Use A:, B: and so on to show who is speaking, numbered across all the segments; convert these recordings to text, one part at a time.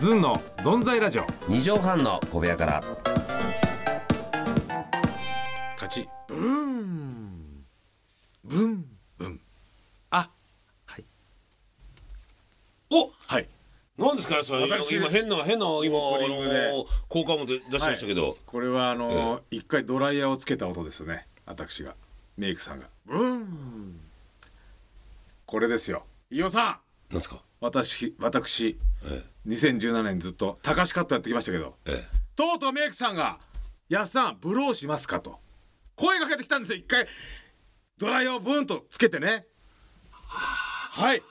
A: ずんのぞんざいラジオ
B: 二畳半の小部屋から
A: 勝ちブンブンブンあはい
C: お
D: はい。なんですか、それ
C: 私
D: 今変な変な今
C: オープニングで
D: あの効果も出出しましたけど、
C: これはあのー一回ドライヤーをつけた音ですね私がメイクさんがうんこれですよ伊尾さん
D: なんですか。
C: 私私
D: え
C: 2017年ずっと高しカットやってきましたけど
D: ええ
C: とうとうメイクさんが「やっさんブローしますか?」と声かけてきたんですよ一回ドライヤーをブーンとつけてねはい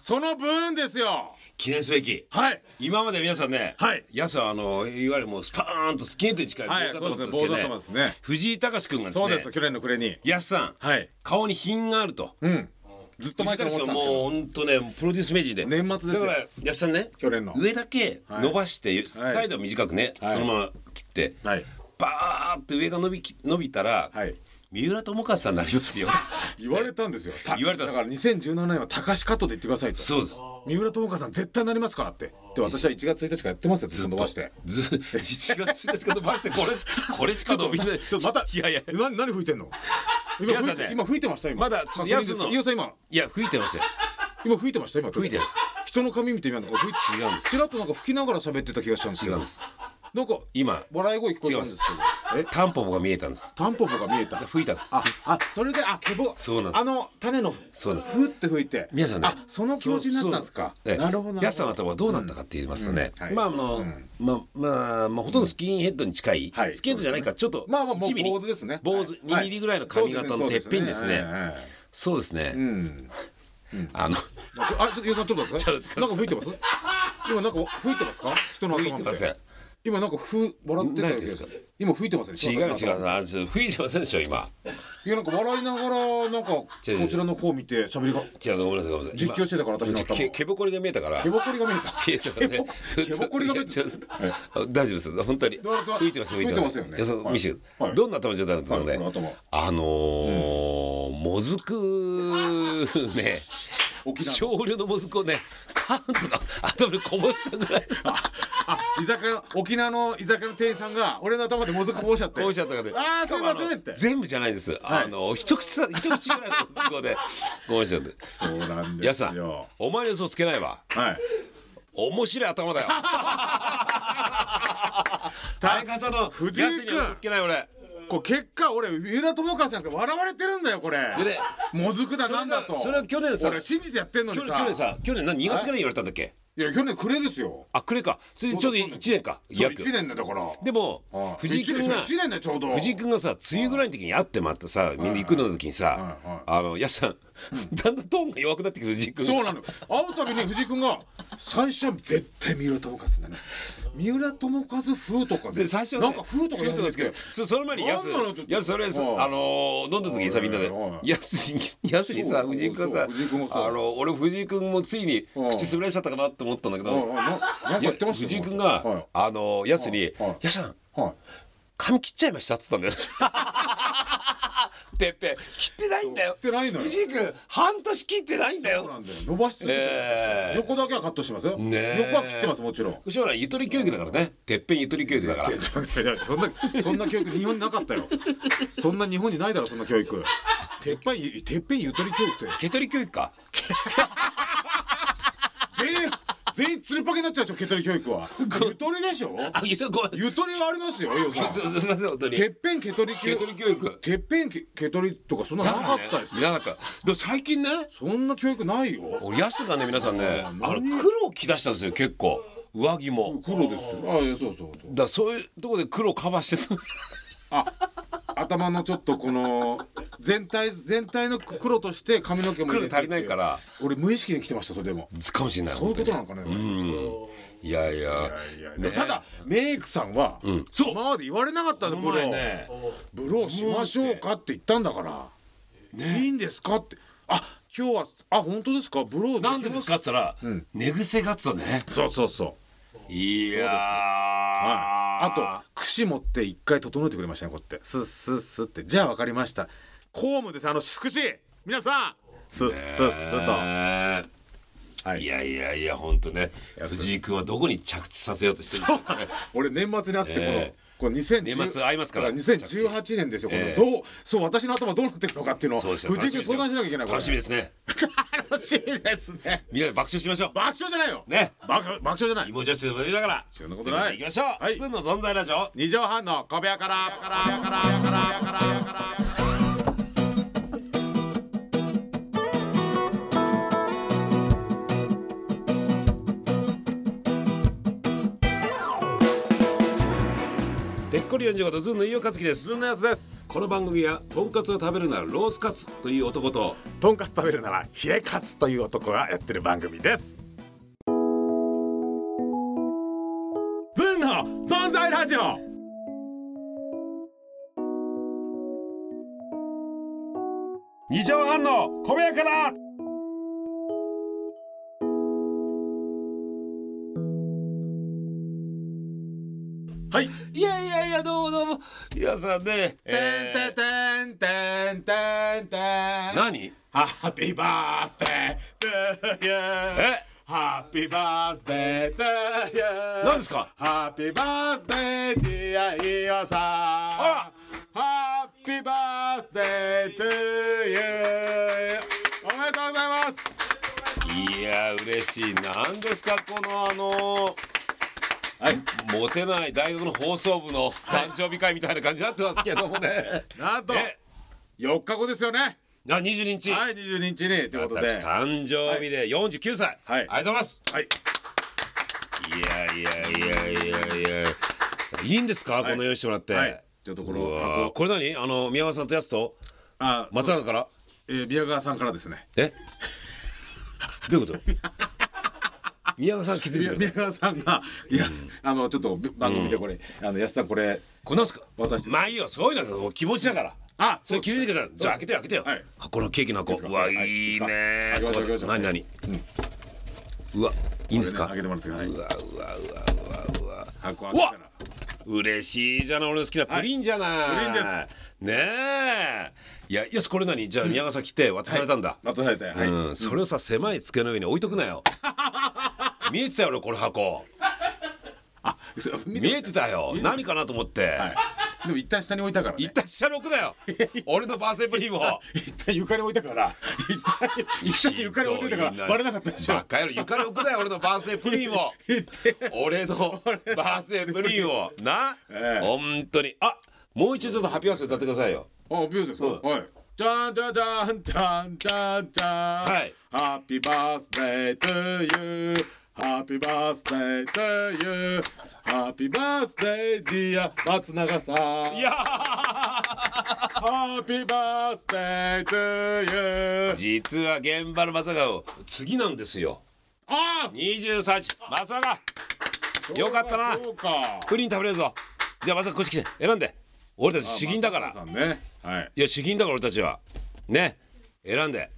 C: そのブーンですよ
D: え。記念すべき。
C: はい
D: 今まで皆さんね、
C: はい
D: やすはあのいわゆるもうスパーンとスキンヘッドに近い
C: はい
D: 坊主頭だったん
C: そうですね坊主頭ですね
D: 藤井隆君がです
C: そう
D: ね
C: です去年の暮れに
D: やすさん、
C: はい
D: 顔に品があると
C: うんずっと
D: 藤
C: 前
D: 井
C: から思
D: 隆
C: ってた
D: 君が
C: んですけど
D: もう本当ねプロデュース名人で
C: 年末ですよ
D: だからやすさんね
C: 去年の
D: 上だけ伸ばして、サイドは短くね、
C: はい
D: そのまま切って、
C: はい
D: バーって上が伸びき伸びたら、
C: はい
D: 三浦友和さんになりますよ
C: 言われたんですよた
D: 言われた
C: だ
D: んです
C: から2017年は高しカットで言ってくださいと
D: そうです
C: 三浦友香さん絶対なりますからってで私は1月1日からやってますよずっと伸ばして
D: ず1月1日から伸ばしてこれしこれしか伸びない
C: ちょっとまた
D: いやいや
C: な何吹いてんの今
D: 皆
C: 吹
D: さ
C: い
D: んね
C: て今吹いてました今
D: まだちょっと安の
C: 確認です飯尾さん今
D: いや吹いてますよ
C: 今吹いてました今
D: 吹いてます
C: 人の髪見てみなんか吹いて
D: 違うんです
C: ちらっとなんか吹きながら喋ってた気がしたんです
D: 違
C: けど
D: うんです
C: なんか
D: 今
C: 笑い声聞こえたんですけどえ
D: タンポポが見えたんです
C: タンポポが見えた
D: 吹いたんです
C: ああそれであけぼ
D: そうなんです
C: あの種の
D: そうなんです
C: ふって吹いて
D: 皆さんね
C: あその気持ちになったんですか
D: そうそうええ
C: なるほどなるほど
D: 安さんの頭はどうなったかって言いますとね、
C: うんはい
D: まああの、まあまあ、まあ、ほとんどスキンヘッドに近い、
C: はい
D: スキンヘッドじゃないかちょっと
C: まあまあもう
D: 1ミリ
C: 坊主ですね
D: 坊主
C: はい
D: 2ミリぐらいの髪型のてっぺんですね、
C: そうええええ
D: そうですね、
C: うん。
D: あの
C: あ、ちょあちょっと、ゆうさん、ちょっと待ってください。なんか吹いてます。今、なんか吹いてますか。人の頭
D: 吹いてません
C: 見今、なんか、ふ、笑ってた
D: 何
C: り
D: ですか
C: 今吹いてますね。
D: 違う違う
C: う。
D: あの吹いてませんでしょ今
C: いや、なんか笑いながら、なんか、こ
D: 違う違う
C: ちらの方を見て、喋りが。
D: 違うごめんなさいごめんなさい今
C: 実況してたから私の頭
D: けけぼこりが見えたから
C: 毛 ぼこりが見えた。
D: 消えた
C: 毛ぼ
D: ね
C: こ。毛ぼこりが見えた。え
D: あ大丈夫です。本当に
C: どうどう
D: 吹いてます。
C: 吹いてますよね
D: いやそう
C: はい
D: 見せて
C: はい
D: どんな頭状態だったの
C: は
D: で
C: いこの頭。
D: あのーもずくね。
C: 沖縄の。
D: 少量のもずくをね、カーンとか頭にこぼしたぐらい。
C: あ、居酒屋の、沖縄の居酒屋の店員さんが、俺の頭でもずくこぼしちゃって。
D: こぼしちゃったからね
C: あー
D: しかも
C: すいませんって
D: あの全部じゃないです。あの一口さ一口ぐらいのもずくをね、こぼしちゃって。
C: そうなんで
D: や
C: す
D: さ
C: よ。
D: お前の予想つけないわ。
C: はい。
D: 面白い頭 だよ。相方の
C: 藤井
D: やすには嘘つけない俺。
C: これ結果俺三浦友和さんって笑われてるんだよこれ
D: でね
C: もずくだ
D: それ
C: な
D: が
C: んだと
D: それは去年さ
C: 俺信じてやってんのに
D: 去
C: さ
D: 年去年さ去年何2月ぐらいに言われたんだっけ。
C: いや去年暮れですよ
D: あくれかそれでちょうど1年か
C: そう
D: 約
C: 一年だだから
D: でも
C: ああ
D: 藤井君が
C: 一年一年だよちょうど
D: 藤井君がさ梅雨ぐらいの時に会ってもらってさみんな行くの時にさ
C: はいはい
D: あのやっさんだんだんトーンが弱くなってきて藤井君
C: そうなの会うたびに藤井君が最初は絶対三浦友和になります三浦友和風とか
D: で最初はね
C: なんか風とか
D: 風とかつけ
C: る
D: てそその前にやす
C: なんなのって
D: やすそれあ
C: ああ
D: のー飲んだ時にさみんなで
C: おいおいおい
D: やすにやすに
C: そう
D: さ藤井君がさ
C: そう藤井君もそう
D: あの俺藤井君もついに
C: ああ
D: 口滑らしちゃったかなと思ったんだけ
C: なん
D: ど
C: か
D: い
C: 言
D: や
C: ってましたよ
D: 藤井君
C: はい
D: があのやすに
C: ああああ
D: 「やさん
C: はい
D: 髪切っちゃいましたっつったんだよ。 てっぺん切ってないんだよ。
C: そう切ってないのよ
D: 藤井君半年切ってないんだ
C: そうな
D: よ。
C: んだよ伸ばし続けてるんですよ
D: ええ
C: 横だけはカットしてますよ
D: ねえ
C: 横は切ってますもちろん
D: 将来ゆとり教育だからね。てっぺんゆとり教育だから。
C: いやいやそんなそんな教育日本になかったよそんな日本にないだろそんな教育てっぺんゆてっぺんゆとり教育って
D: けとり教育か。
C: 全員全員つるぱけになっちゃうでしょけとり教育はゆとりでしょ
D: あ、ゆとりごめん。
C: ゆとりはありますよよさん
D: すすすいません本当に。
C: てっぺんけとり教
D: けとり教育。
C: てっぺんけけとりとかそんななかったですよ、
D: ねなかった。で最近ね、
C: そんな教育ないよ
D: 俺やすがね皆さんね、あ
C: あ
D: の黒を着出したんですよ結構上着も。
C: 黒ですよあいやそうそう
D: だからそういうところで黒カバーしてた。
C: あ頭のちょっとこの全体全体の黒として髪の毛も入れてってう
D: 黒足りないから
C: 俺無意識で来てましたそれでも
D: かもしれない。
C: そういうことなのか
D: ね。
C: ね、
D: うん。いやいや。
C: いやいや
D: ね
C: ただメイクさんは、
D: うん。そう。
C: 今まで言われなかったんで
D: この
C: ブロ
D: 前
C: ー、
D: ね。
C: ブローしましょうかって言ったんだから、いいんですかってあ今日はあ本当ですかブロー
D: なんでですかって言ったら、寝癖があってたんだね。
C: そうそうそう
D: いやー。
C: はい、あと櫛持って一回整えてくれましたねこうやってスッスッスッってじゃあわかりました公務ですあの櫛皆さんスッスッスッと
D: えー
C: はい
D: いやいやいや本当ね
C: やそう
D: 藤井君はどこに着地させようとしてるんですかね
C: 俺年末にあってこの、
D: ええ
C: この2010
D: 年末会いますから
C: 2018年ですよ、この
D: ええ
C: どうそう私の頭どうなってるのかっていうのを
D: そう
C: 藤
D: ですよ
C: 井君相談しなきゃいけないこれ
D: 楽しみですね
C: 楽しみですね
D: みんなで爆笑しましょう
C: 爆笑じゃないよ
D: ね
C: 爆爆笑じゃない
D: 芋女子でも言いながら
C: そんなことない
D: 行きましょう
C: はい
D: ずんの存在ラジオ
C: 二畳半の小部屋から
D: ぺっこり45とずんの飯尾和樹です
C: ずんのやつです
D: この番組はとんかつを食べるならロースカツという男と
C: とんかつ食べるならヒレカツという男がやってる番組ですずんの存在ラジオ
D: 二畳半の小部屋から
C: はい
D: いやいやいやどうもどうも皆さんね
C: てんてんてんてんてんてん
D: 何
C: ハッピーバースデー to you
D: え
C: ハッピーバースデー to you
D: 何ですか
C: ハッピーバースデーディアイワさん
D: あ
C: らハッピーバースデー to you おめでとうございます
D: いや嬉しい何ですかこのあの
C: はい
D: モテない大学の放送部の誕生日会みたいな感じになってますけど もね
C: なんと
D: え
C: 4日後ですよね
D: な22日、
C: はい22日にということで
D: 私誕生日で49歳、
C: はい
D: ありがとうございます
C: はい
D: いやいやいやいやいやいいんですか、
C: い
D: この用意してもらって、
C: はいちょっとこの
D: うわ
C: 箱
D: これ何あの宮川さんとやつと
C: あ
D: 松永から
C: えー宮川さんからですね
D: えどういうこと 宮川さん気づい
C: 宮
D: てる
C: 宮川さんがいや、あのちょっと番組でこれ、あの安さんこれ
D: これなんですか
C: 私
D: まあいいよそういうのが気持ちだから
C: あ
D: それ気づいてくださいじゃあ開けてよ開けてよ、
C: はい
D: このケーキの箱
C: いいですか
D: うわ
C: はい
D: いいね
C: いいですか開けましょう開
D: 何何うわいいんですか
C: あげてもらってくださいう
D: わうわうわうわうわ
C: 箱開けたら
D: うわ嬉しいじゃない俺の好きなプリンじゃない、
C: いプリン
D: ですねえいやよしこれ何じゃあ宮川さん来て渡されたんだ、
C: 渡されてはい、
D: うん、それをさ狭い机の上に置いとく なよ見えてたよ俺この箱
C: そう見
D: 見えてたよ
C: 見えてた
D: 何かなと思って、
C: はいでも一旦下に置いたから、ね、
D: 一旦下に置くなよ俺のバースデープリンを
C: 一旦床に置いた から一旦一旦 床に置いてたからバレなかったでし
D: バ
C: ょ
D: カ野郎床に置くなよ俺のバースデープリ ンを俺のバースデープリンをな、
C: ええ
D: 本当にあもう一度ちょっとハッピーバースデー歌ってくださいよ
C: あ、ビューですか、はいじゃんじゃんじゃんじゃんじゃんじゃん
D: はい
C: ハッピーバースデー to you ハッピーバースデー to you ハッピーバースデーディア松永さん
D: いや
C: ハッピーバースデー to you
D: 実は現場の松永を次なんですよ
C: あ
D: 23時松永
C: ー
D: よかったな
C: そうか
D: プリン食べれるぞじゃあ松永こっち来て選んで俺たち主銀だから
C: さんねはい
D: いや主銀だから俺たちはね選んで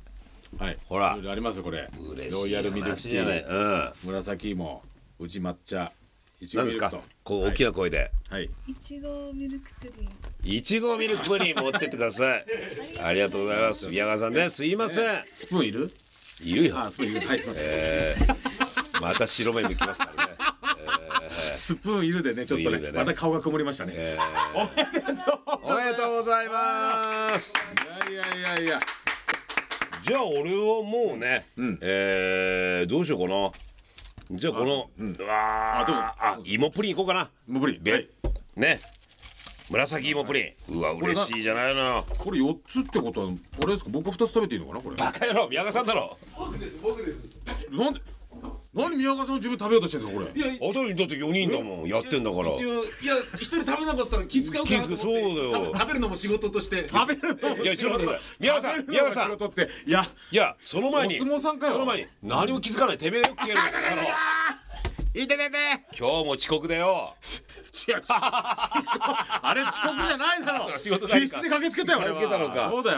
C: はい
D: ほら
C: いろいろありますよこれ
D: 嬉しい
C: ロイヤルミルクテ
D: 話じ
C: ィ
D: ゃない
C: ー
D: うん
C: 紫芋うち抹茶いちご
D: 何
C: ミル
D: ですか
C: クと
D: こう大きな声で
C: はい
E: いちごミルクプリン。
D: いちごミルクプリン持ってってくださいありがとうございます宮川さんねすいません
C: スプーンいる
D: いるよ
C: あスプーンいるはいすいません、
D: また白目向きますからね
C: スプーンいるでねちょっ
D: ス
C: と
D: プーンい
C: ね
D: るでね
C: また顔が曇りましたね、
D: おめでとうございます
C: いやいやいやいや
D: じゃあ俺はもうね、えーどうしようかなじゃあこのう
C: あ
D: わー
C: どうぞ
D: あ芋プリンいこうかな
C: もう無理
D: べ、
C: はい
D: ね紫芋プリンうわ
C: れ
D: 嬉しいじゃないの
C: これ四つってことはあれですか僕は二つ食べていいのかなこれ
D: バカ野郎宮川さんだろ
C: なんで何宮川さんを自分食べようとしてるんですかこれ
D: あたりだって4人だもんやってんだから
F: 一応いや一人食べなかったら気使うからと思って
D: 気遣うそうだよ
F: 食べ食べるのも仕事として
C: 食べるの
D: いやちょっと待ってください宮川さん宮川さん
C: 仕事っていや
D: いやその前に
C: お相撲さんかよ
D: その前に何も気づかないてめえよく言えるんだろ
C: いててて
D: 今日も遅刻だよ
C: 違う違 うあれ遅刻じゃないだ
D: そ
C: ろ
D: う仕事帰
C: 必
D: り
C: 死
D: か
C: で駆けつけたよ俺は
D: 駆けつけたのか
C: そうだ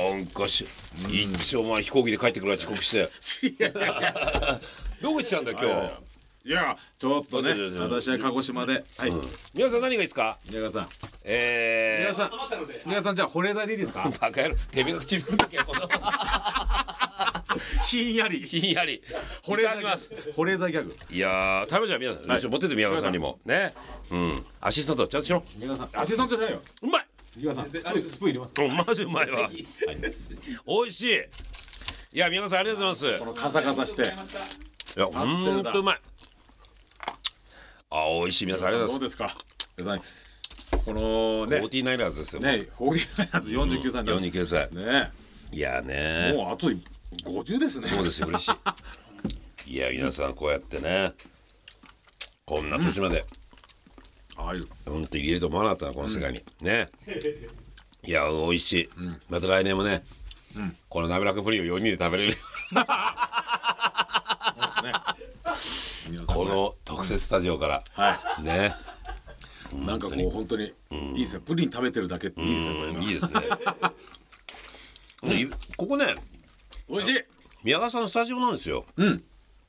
C: よ
D: なんかし一応まあ飛行機で帰ってくるから遅刻して
C: いやいやいや
D: どこ行ってたんだよ今日
C: いやちょっとね
D: そうそうそう
C: 私は鹿児島ではい
D: 宮川さん何がいいですか
C: 宮川さん
D: え
C: 宮
D: ー
C: 川さん宮川さんじゃあ保冷剤でいいですか
D: バカ野郎てめえが口拭くんだけど
C: ひんやり
D: ひんやり
C: 保
D: いただきます
C: 保冷剤ギャグ
D: いやー食べちゃう皆さん、ちょっと持ってって宮川さんにもねうんアシスタントちゃんとしろ
C: 三浦さんアシスタントじゃないよ
D: うまい
C: 三浦さんスプーンスプーン入れます
D: うんマジうまいわ美味しいいや宮川さんありがとうござい
C: こ
D: ま
C: のカサカサして
D: すいやほんとうまいあ美味しい皆さんありがとう
C: どう
D: ござ
C: で
D: い
C: すか皆さんこの
D: ます
C: ね
D: フォーティナイラーズですよ
C: ねホーディナイズ四十九歳になる
D: 49歳
C: ね
D: いやね
C: もうあと五十ですね
D: そうですよ嬉しいいや皆さんこうやってねこんな年まで、
C: ああいう
D: 本当に入れると思わなかったなこの世界に、 ねいや美味しい、また来年もね、この鍋らくプリンを4人で食 べれる
C: 皆さん
D: この特設スタジオから、
C: は
D: ね
C: いなんかこう本当にいいですねプリン食べてるだけっていいですねこれ
D: うん
C: が
D: いいですね いここね
C: 美味しい
D: 宮川さんのスタジオなんですよ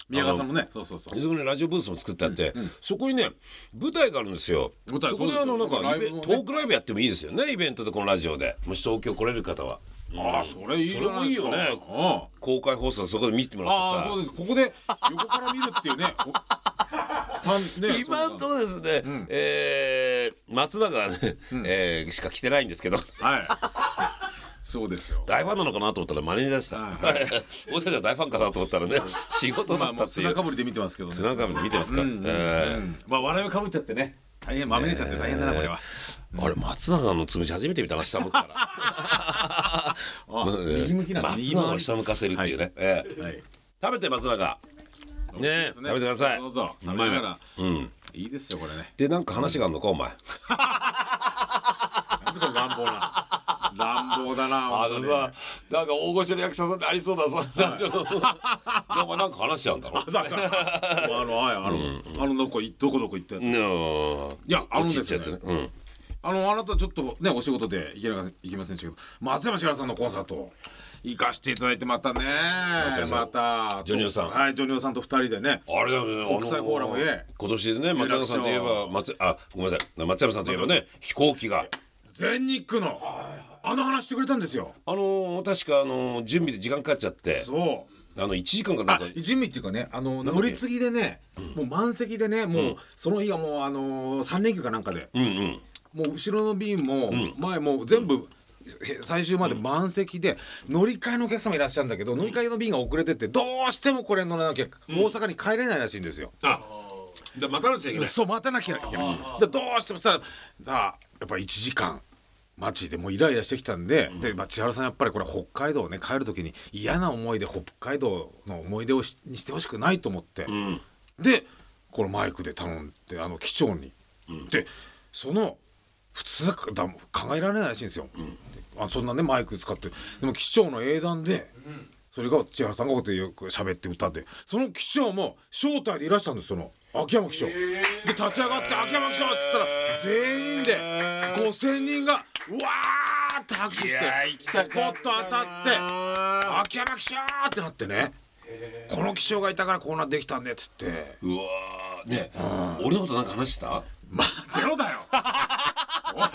C: 宮川さんもねそうそうそう
D: そこにラジオブースも作ってあって、そこにね舞台があるんですよ
C: 舞台
D: そこで
C: そうですよ
D: あのなんか
C: ライ
D: イ
C: ブ
D: ベ
C: もね
D: トークライブやってもいいですよねイベントでこのラジオでもし東京来れる方は
C: ああそれいいじゃなですか
D: それもいいよね
C: あ
D: 公開放送そこで見せても
C: あああ
D: ら
C: そう
D: っ
C: ですここで横から見るっていうねおパン
D: てさ
C: ね
D: 今のところですね、えー松永がね、えーしか来てないんですけど
C: はいそうですよ
D: 大ファンなのかなと思ったらマネージャーでした、 大勢が大ファンかなと思ったらね仕事
C: ま
D: だ
C: あ
D: っ
C: も
D: た
C: う
D: ってい
C: 砂
D: う
C: かぶりで見てますけどね
D: 砂かぶり見てますか、えー
C: うんまあ笑いをかぶっちゃってね大変まみれちゃって大変だなこれは
D: あれ松永のつぶし初めて見たな下向くから
C: あ
D: うん
C: 右向きなんだ
D: 松永を下向かせるっていうね、ええ
C: はい
D: 食べて松永ねえ食べてください
C: どうぞ
D: う
C: 食べ
D: まい
C: な
D: ね
C: がら
D: うん
C: いいですよこれね
D: でなんか話があるのかお前
C: なんでその乱暴な乱暴だな
D: あのさなんか大御所の役者さんってありそうだ ぞラジオのでお前なんか話しちゃうんだろ
C: まさ かあのあのあのあのどこいどこどこ行ったやつ
D: うん
C: いやあるんですよ
D: ちっちゃいやつねうん
C: あのあなたちょっとねお仕事で行けなか行けませんでしたけど松山千春さんのコンサート行かしていただいてまたね
D: 山さん
C: また
D: ジョニ男さん
C: はいジョニオさんと二人でね
D: あれだよね、あの
C: 国際フォーラムへ
D: 今年でね松山さんといえば松あごめんなさい松山さんといえばね飛行機が
C: 全日空のあの話してくれたんですよ
D: あのー確かあのー準備で時間かかっちゃって
C: そう
D: あの1時間かなん
C: あ
D: か
C: 準備っていうかねあの
D: だっ
C: 乗
D: け
C: り継ぎでね、もう満席でねもう、その日がもうあのー、3連休かなんかで
D: うんうん
C: もう後ろの便も前も全部へ最終まで満席で乗り換えのお客様いらっしゃるんだけど乗り換えの便が遅れてってどうしてもこれ乗らなきゃ大阪に帰れないらしいんですよ。
D: あだ待たなきゃいけない
C: そう待たなきゃいけない。でどうしてもさだからやっぱ1時間待ちでもうイライラしてきたんで、で、まあ、千原さんやっぱりこれ北海道をね帰る時に嫌な思いで北海道の思い出をしにしてほしくないと思って、
D: ん
C: でこのマイクで頼んであの機長に、でその普通だだ考えられないらしいんですよ、あそんなねマイク使ってでも機長の英断で、それが千原さんがこうやって喋って歌ってその機長も招待でいらしたんですその秋山機長、で立ち上がって「秋山機長」っつったら全員で5,000人がわーって拍手してスポッと当たって「秋山機長!」ってなってねこの機長がいたからこうなってきたんでっつって
D: うわーね俺のことなんか話した
C: まあゼロだよおい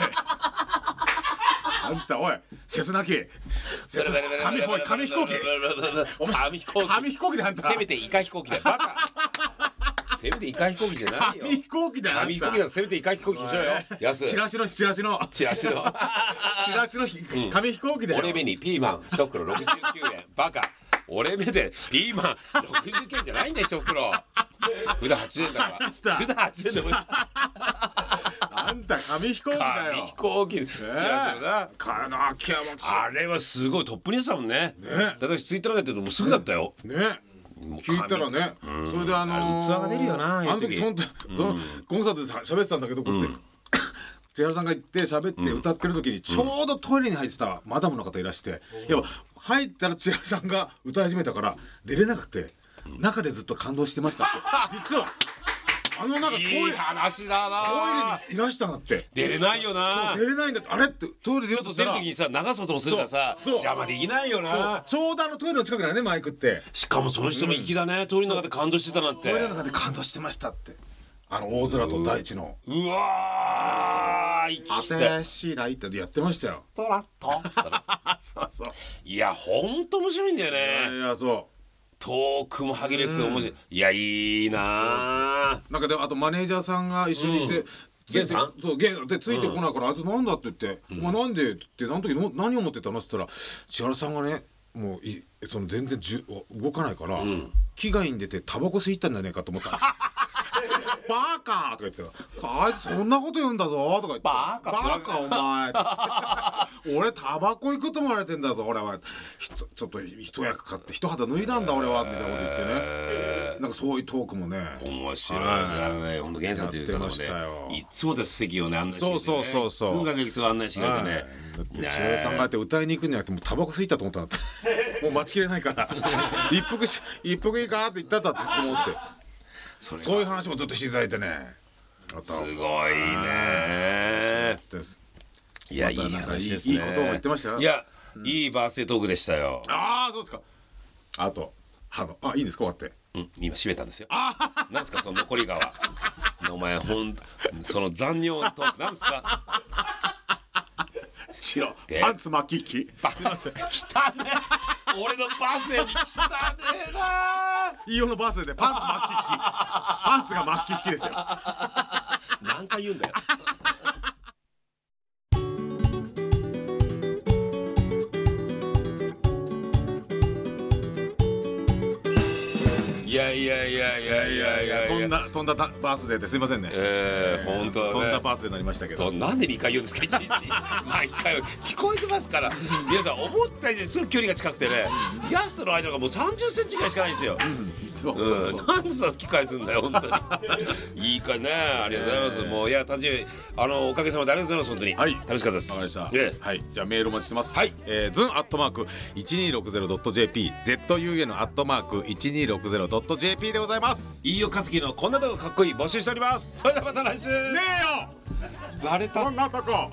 C: あんたおいせつなきせつな紙おい紙飛行機お前
D: 紙飛行機
C: 紙飛行機であんた
D: せめてイカ飛行機だよバカせめてイカ飛行機じゃないよ
C: 紙飛行機だよあんた
D: 紙飛行機だよせめてイカ飛行機にしろよやす
C: チラシのチラシの
D: チラシの
C: チラシの紙飛行機だよ
D: 俺目にピーマン一袋69円バカ俺目でピーマン69円じゃないんだよ一袋普段80円だか
C: 話した
D: ら普段80円でもいい
C: あんた紙飛行機だ
D: 紙
C: よ
D: 飛行機チラシのな
C: かな秋山君
D: あれはすごいトップニュースだもんね。
C: ね
D: 私ツイッターなんかやってるともうすぐだったよ。
C: ね
D: もう
C: 聞いたらねそれであのー
D: あれ器が出るよな
C: あ
D: ああい
C: の
D: う時
C: 時本当そのコンサートでさ喋ってたんだけどこう やって千原さんが行って喋って歌ってる時にちょうどトイレに入ってたマダムの方いらしてやっぱ入ったら千原さんが歌い始めたから出れなくて中でずっと感動してましたって実はあの中トイレトイ
D: いい話だな。
C: レにいらしたんだって
D: 出れないよな。
C: 出れないんだってあれってトイレ出
D: ち
C: よ
D: ょ
C: うと
D: っと
C: した
D: 出る
C: ら
D: 時にさ流そうともするからさ
C: そうそう
D: 邪魔できないよな。
C: ちょうどあのトイレの近くだよねマイクって
D: しかもその人も粋だね。通りの中で感動してたなんて。
C: トイレの中で感動してましたってあの大空と大地の
D: うわあー生きて
C: 新しいライターでやってましたよ。
D: ストラットっつったの
C: そうそう。
D: いやほんと面白いんだよね
C: いやそ
D: トークも歯切れて面白いいやいいなあ
C: う。なんかでもあとマネージャーさんが一緒にいて。ついて
D: ゲンさん
C: そうゲンでついてこないから、あいつなんだって言って「お前なんで?」って言って「あの時の何を思ってたの?」って言ったら千原さんがねもういその全然じゅ動かないから、危害に出てタバコ吸いったんじゃねえかと思ったんです バーカー!」とか言ってた「あいつそんなこと言うんだぞ」とか言って「
D: バーカ
C: バーカお 前」俺タバコ行くと思われてんだぞ俺はひとちょっと一役買って一肌脱いだんだ俺は」みたいなこと言ってね、なんかそういうトークもね
D: 面白いだね。本当源さんという方も
C: やってましたよ
D: ね、いつもです席をね案内してくれてね、
C: そうそうそうそう
D: すぐ掛け口を案内してくれてね。
C: 千代さんがやって歌いに行くんじゃなくてもうタバコ吸いたと思ったんだって もう待ちきれないから一服し一服いいかって言ったんだって思って
D: それが
C: そういう話もずっとしていただいてねあとは
D: すごいね。
C: です
D: いやいい
C: またなんか
D: 話ですね。
C: いいいいことを言ってましたよ
D: いや、いいバースデートークでしたよ。
C: ああそうですかあとあのあいいんですか終わって
D: うん、今閉めたんですよ。なんですかその残りがは。お前ほんとその残尿トークなんですか。
C: 白
D: で
C: パンツ巻きき
D: すみません。来たね。俺のバースデーに来たねえな
C: 飯尾のバースデーでパンツ巻ききパンツが巻ききですよ
D: 何回言うんだよ。いやいやいやいやいやいやい
C: 飛
D: や。
C: んだ飛んだたバースデーですいませんね
D: ええ本当
C: 飛ん
D: だ
C: だ
D: ね。
C: バースデーになりましたけ
D: そ
C: ど
D: うなんで二回言うんですかいちいち毎回聞こえてますから皆さん思った以上にすごい距離が近くてねヤスとの間がもう3 0センチぐらいしかないんですよ、
C: そうそうそう
D: うん、なんでさ機会すんだよ本当 にいいかねありがとうございます、もういや単純にあのおかげさまでありがとうございます本当に、
C: はい
D: 楽しかったです
C: わかりました。
D: で
C: はい、じゃあメールお待ちしてます。
D: はい
C: えー、ズンアットマーク一二六ゼロドット jp、z u n アットマーク一二六ゼロドット jp でございます。
D: 飯尾和樹のこんなとこかっこいい募集しておりますそれではまた来週ね
C: えよ、
D: 割れた
C: んなとこ。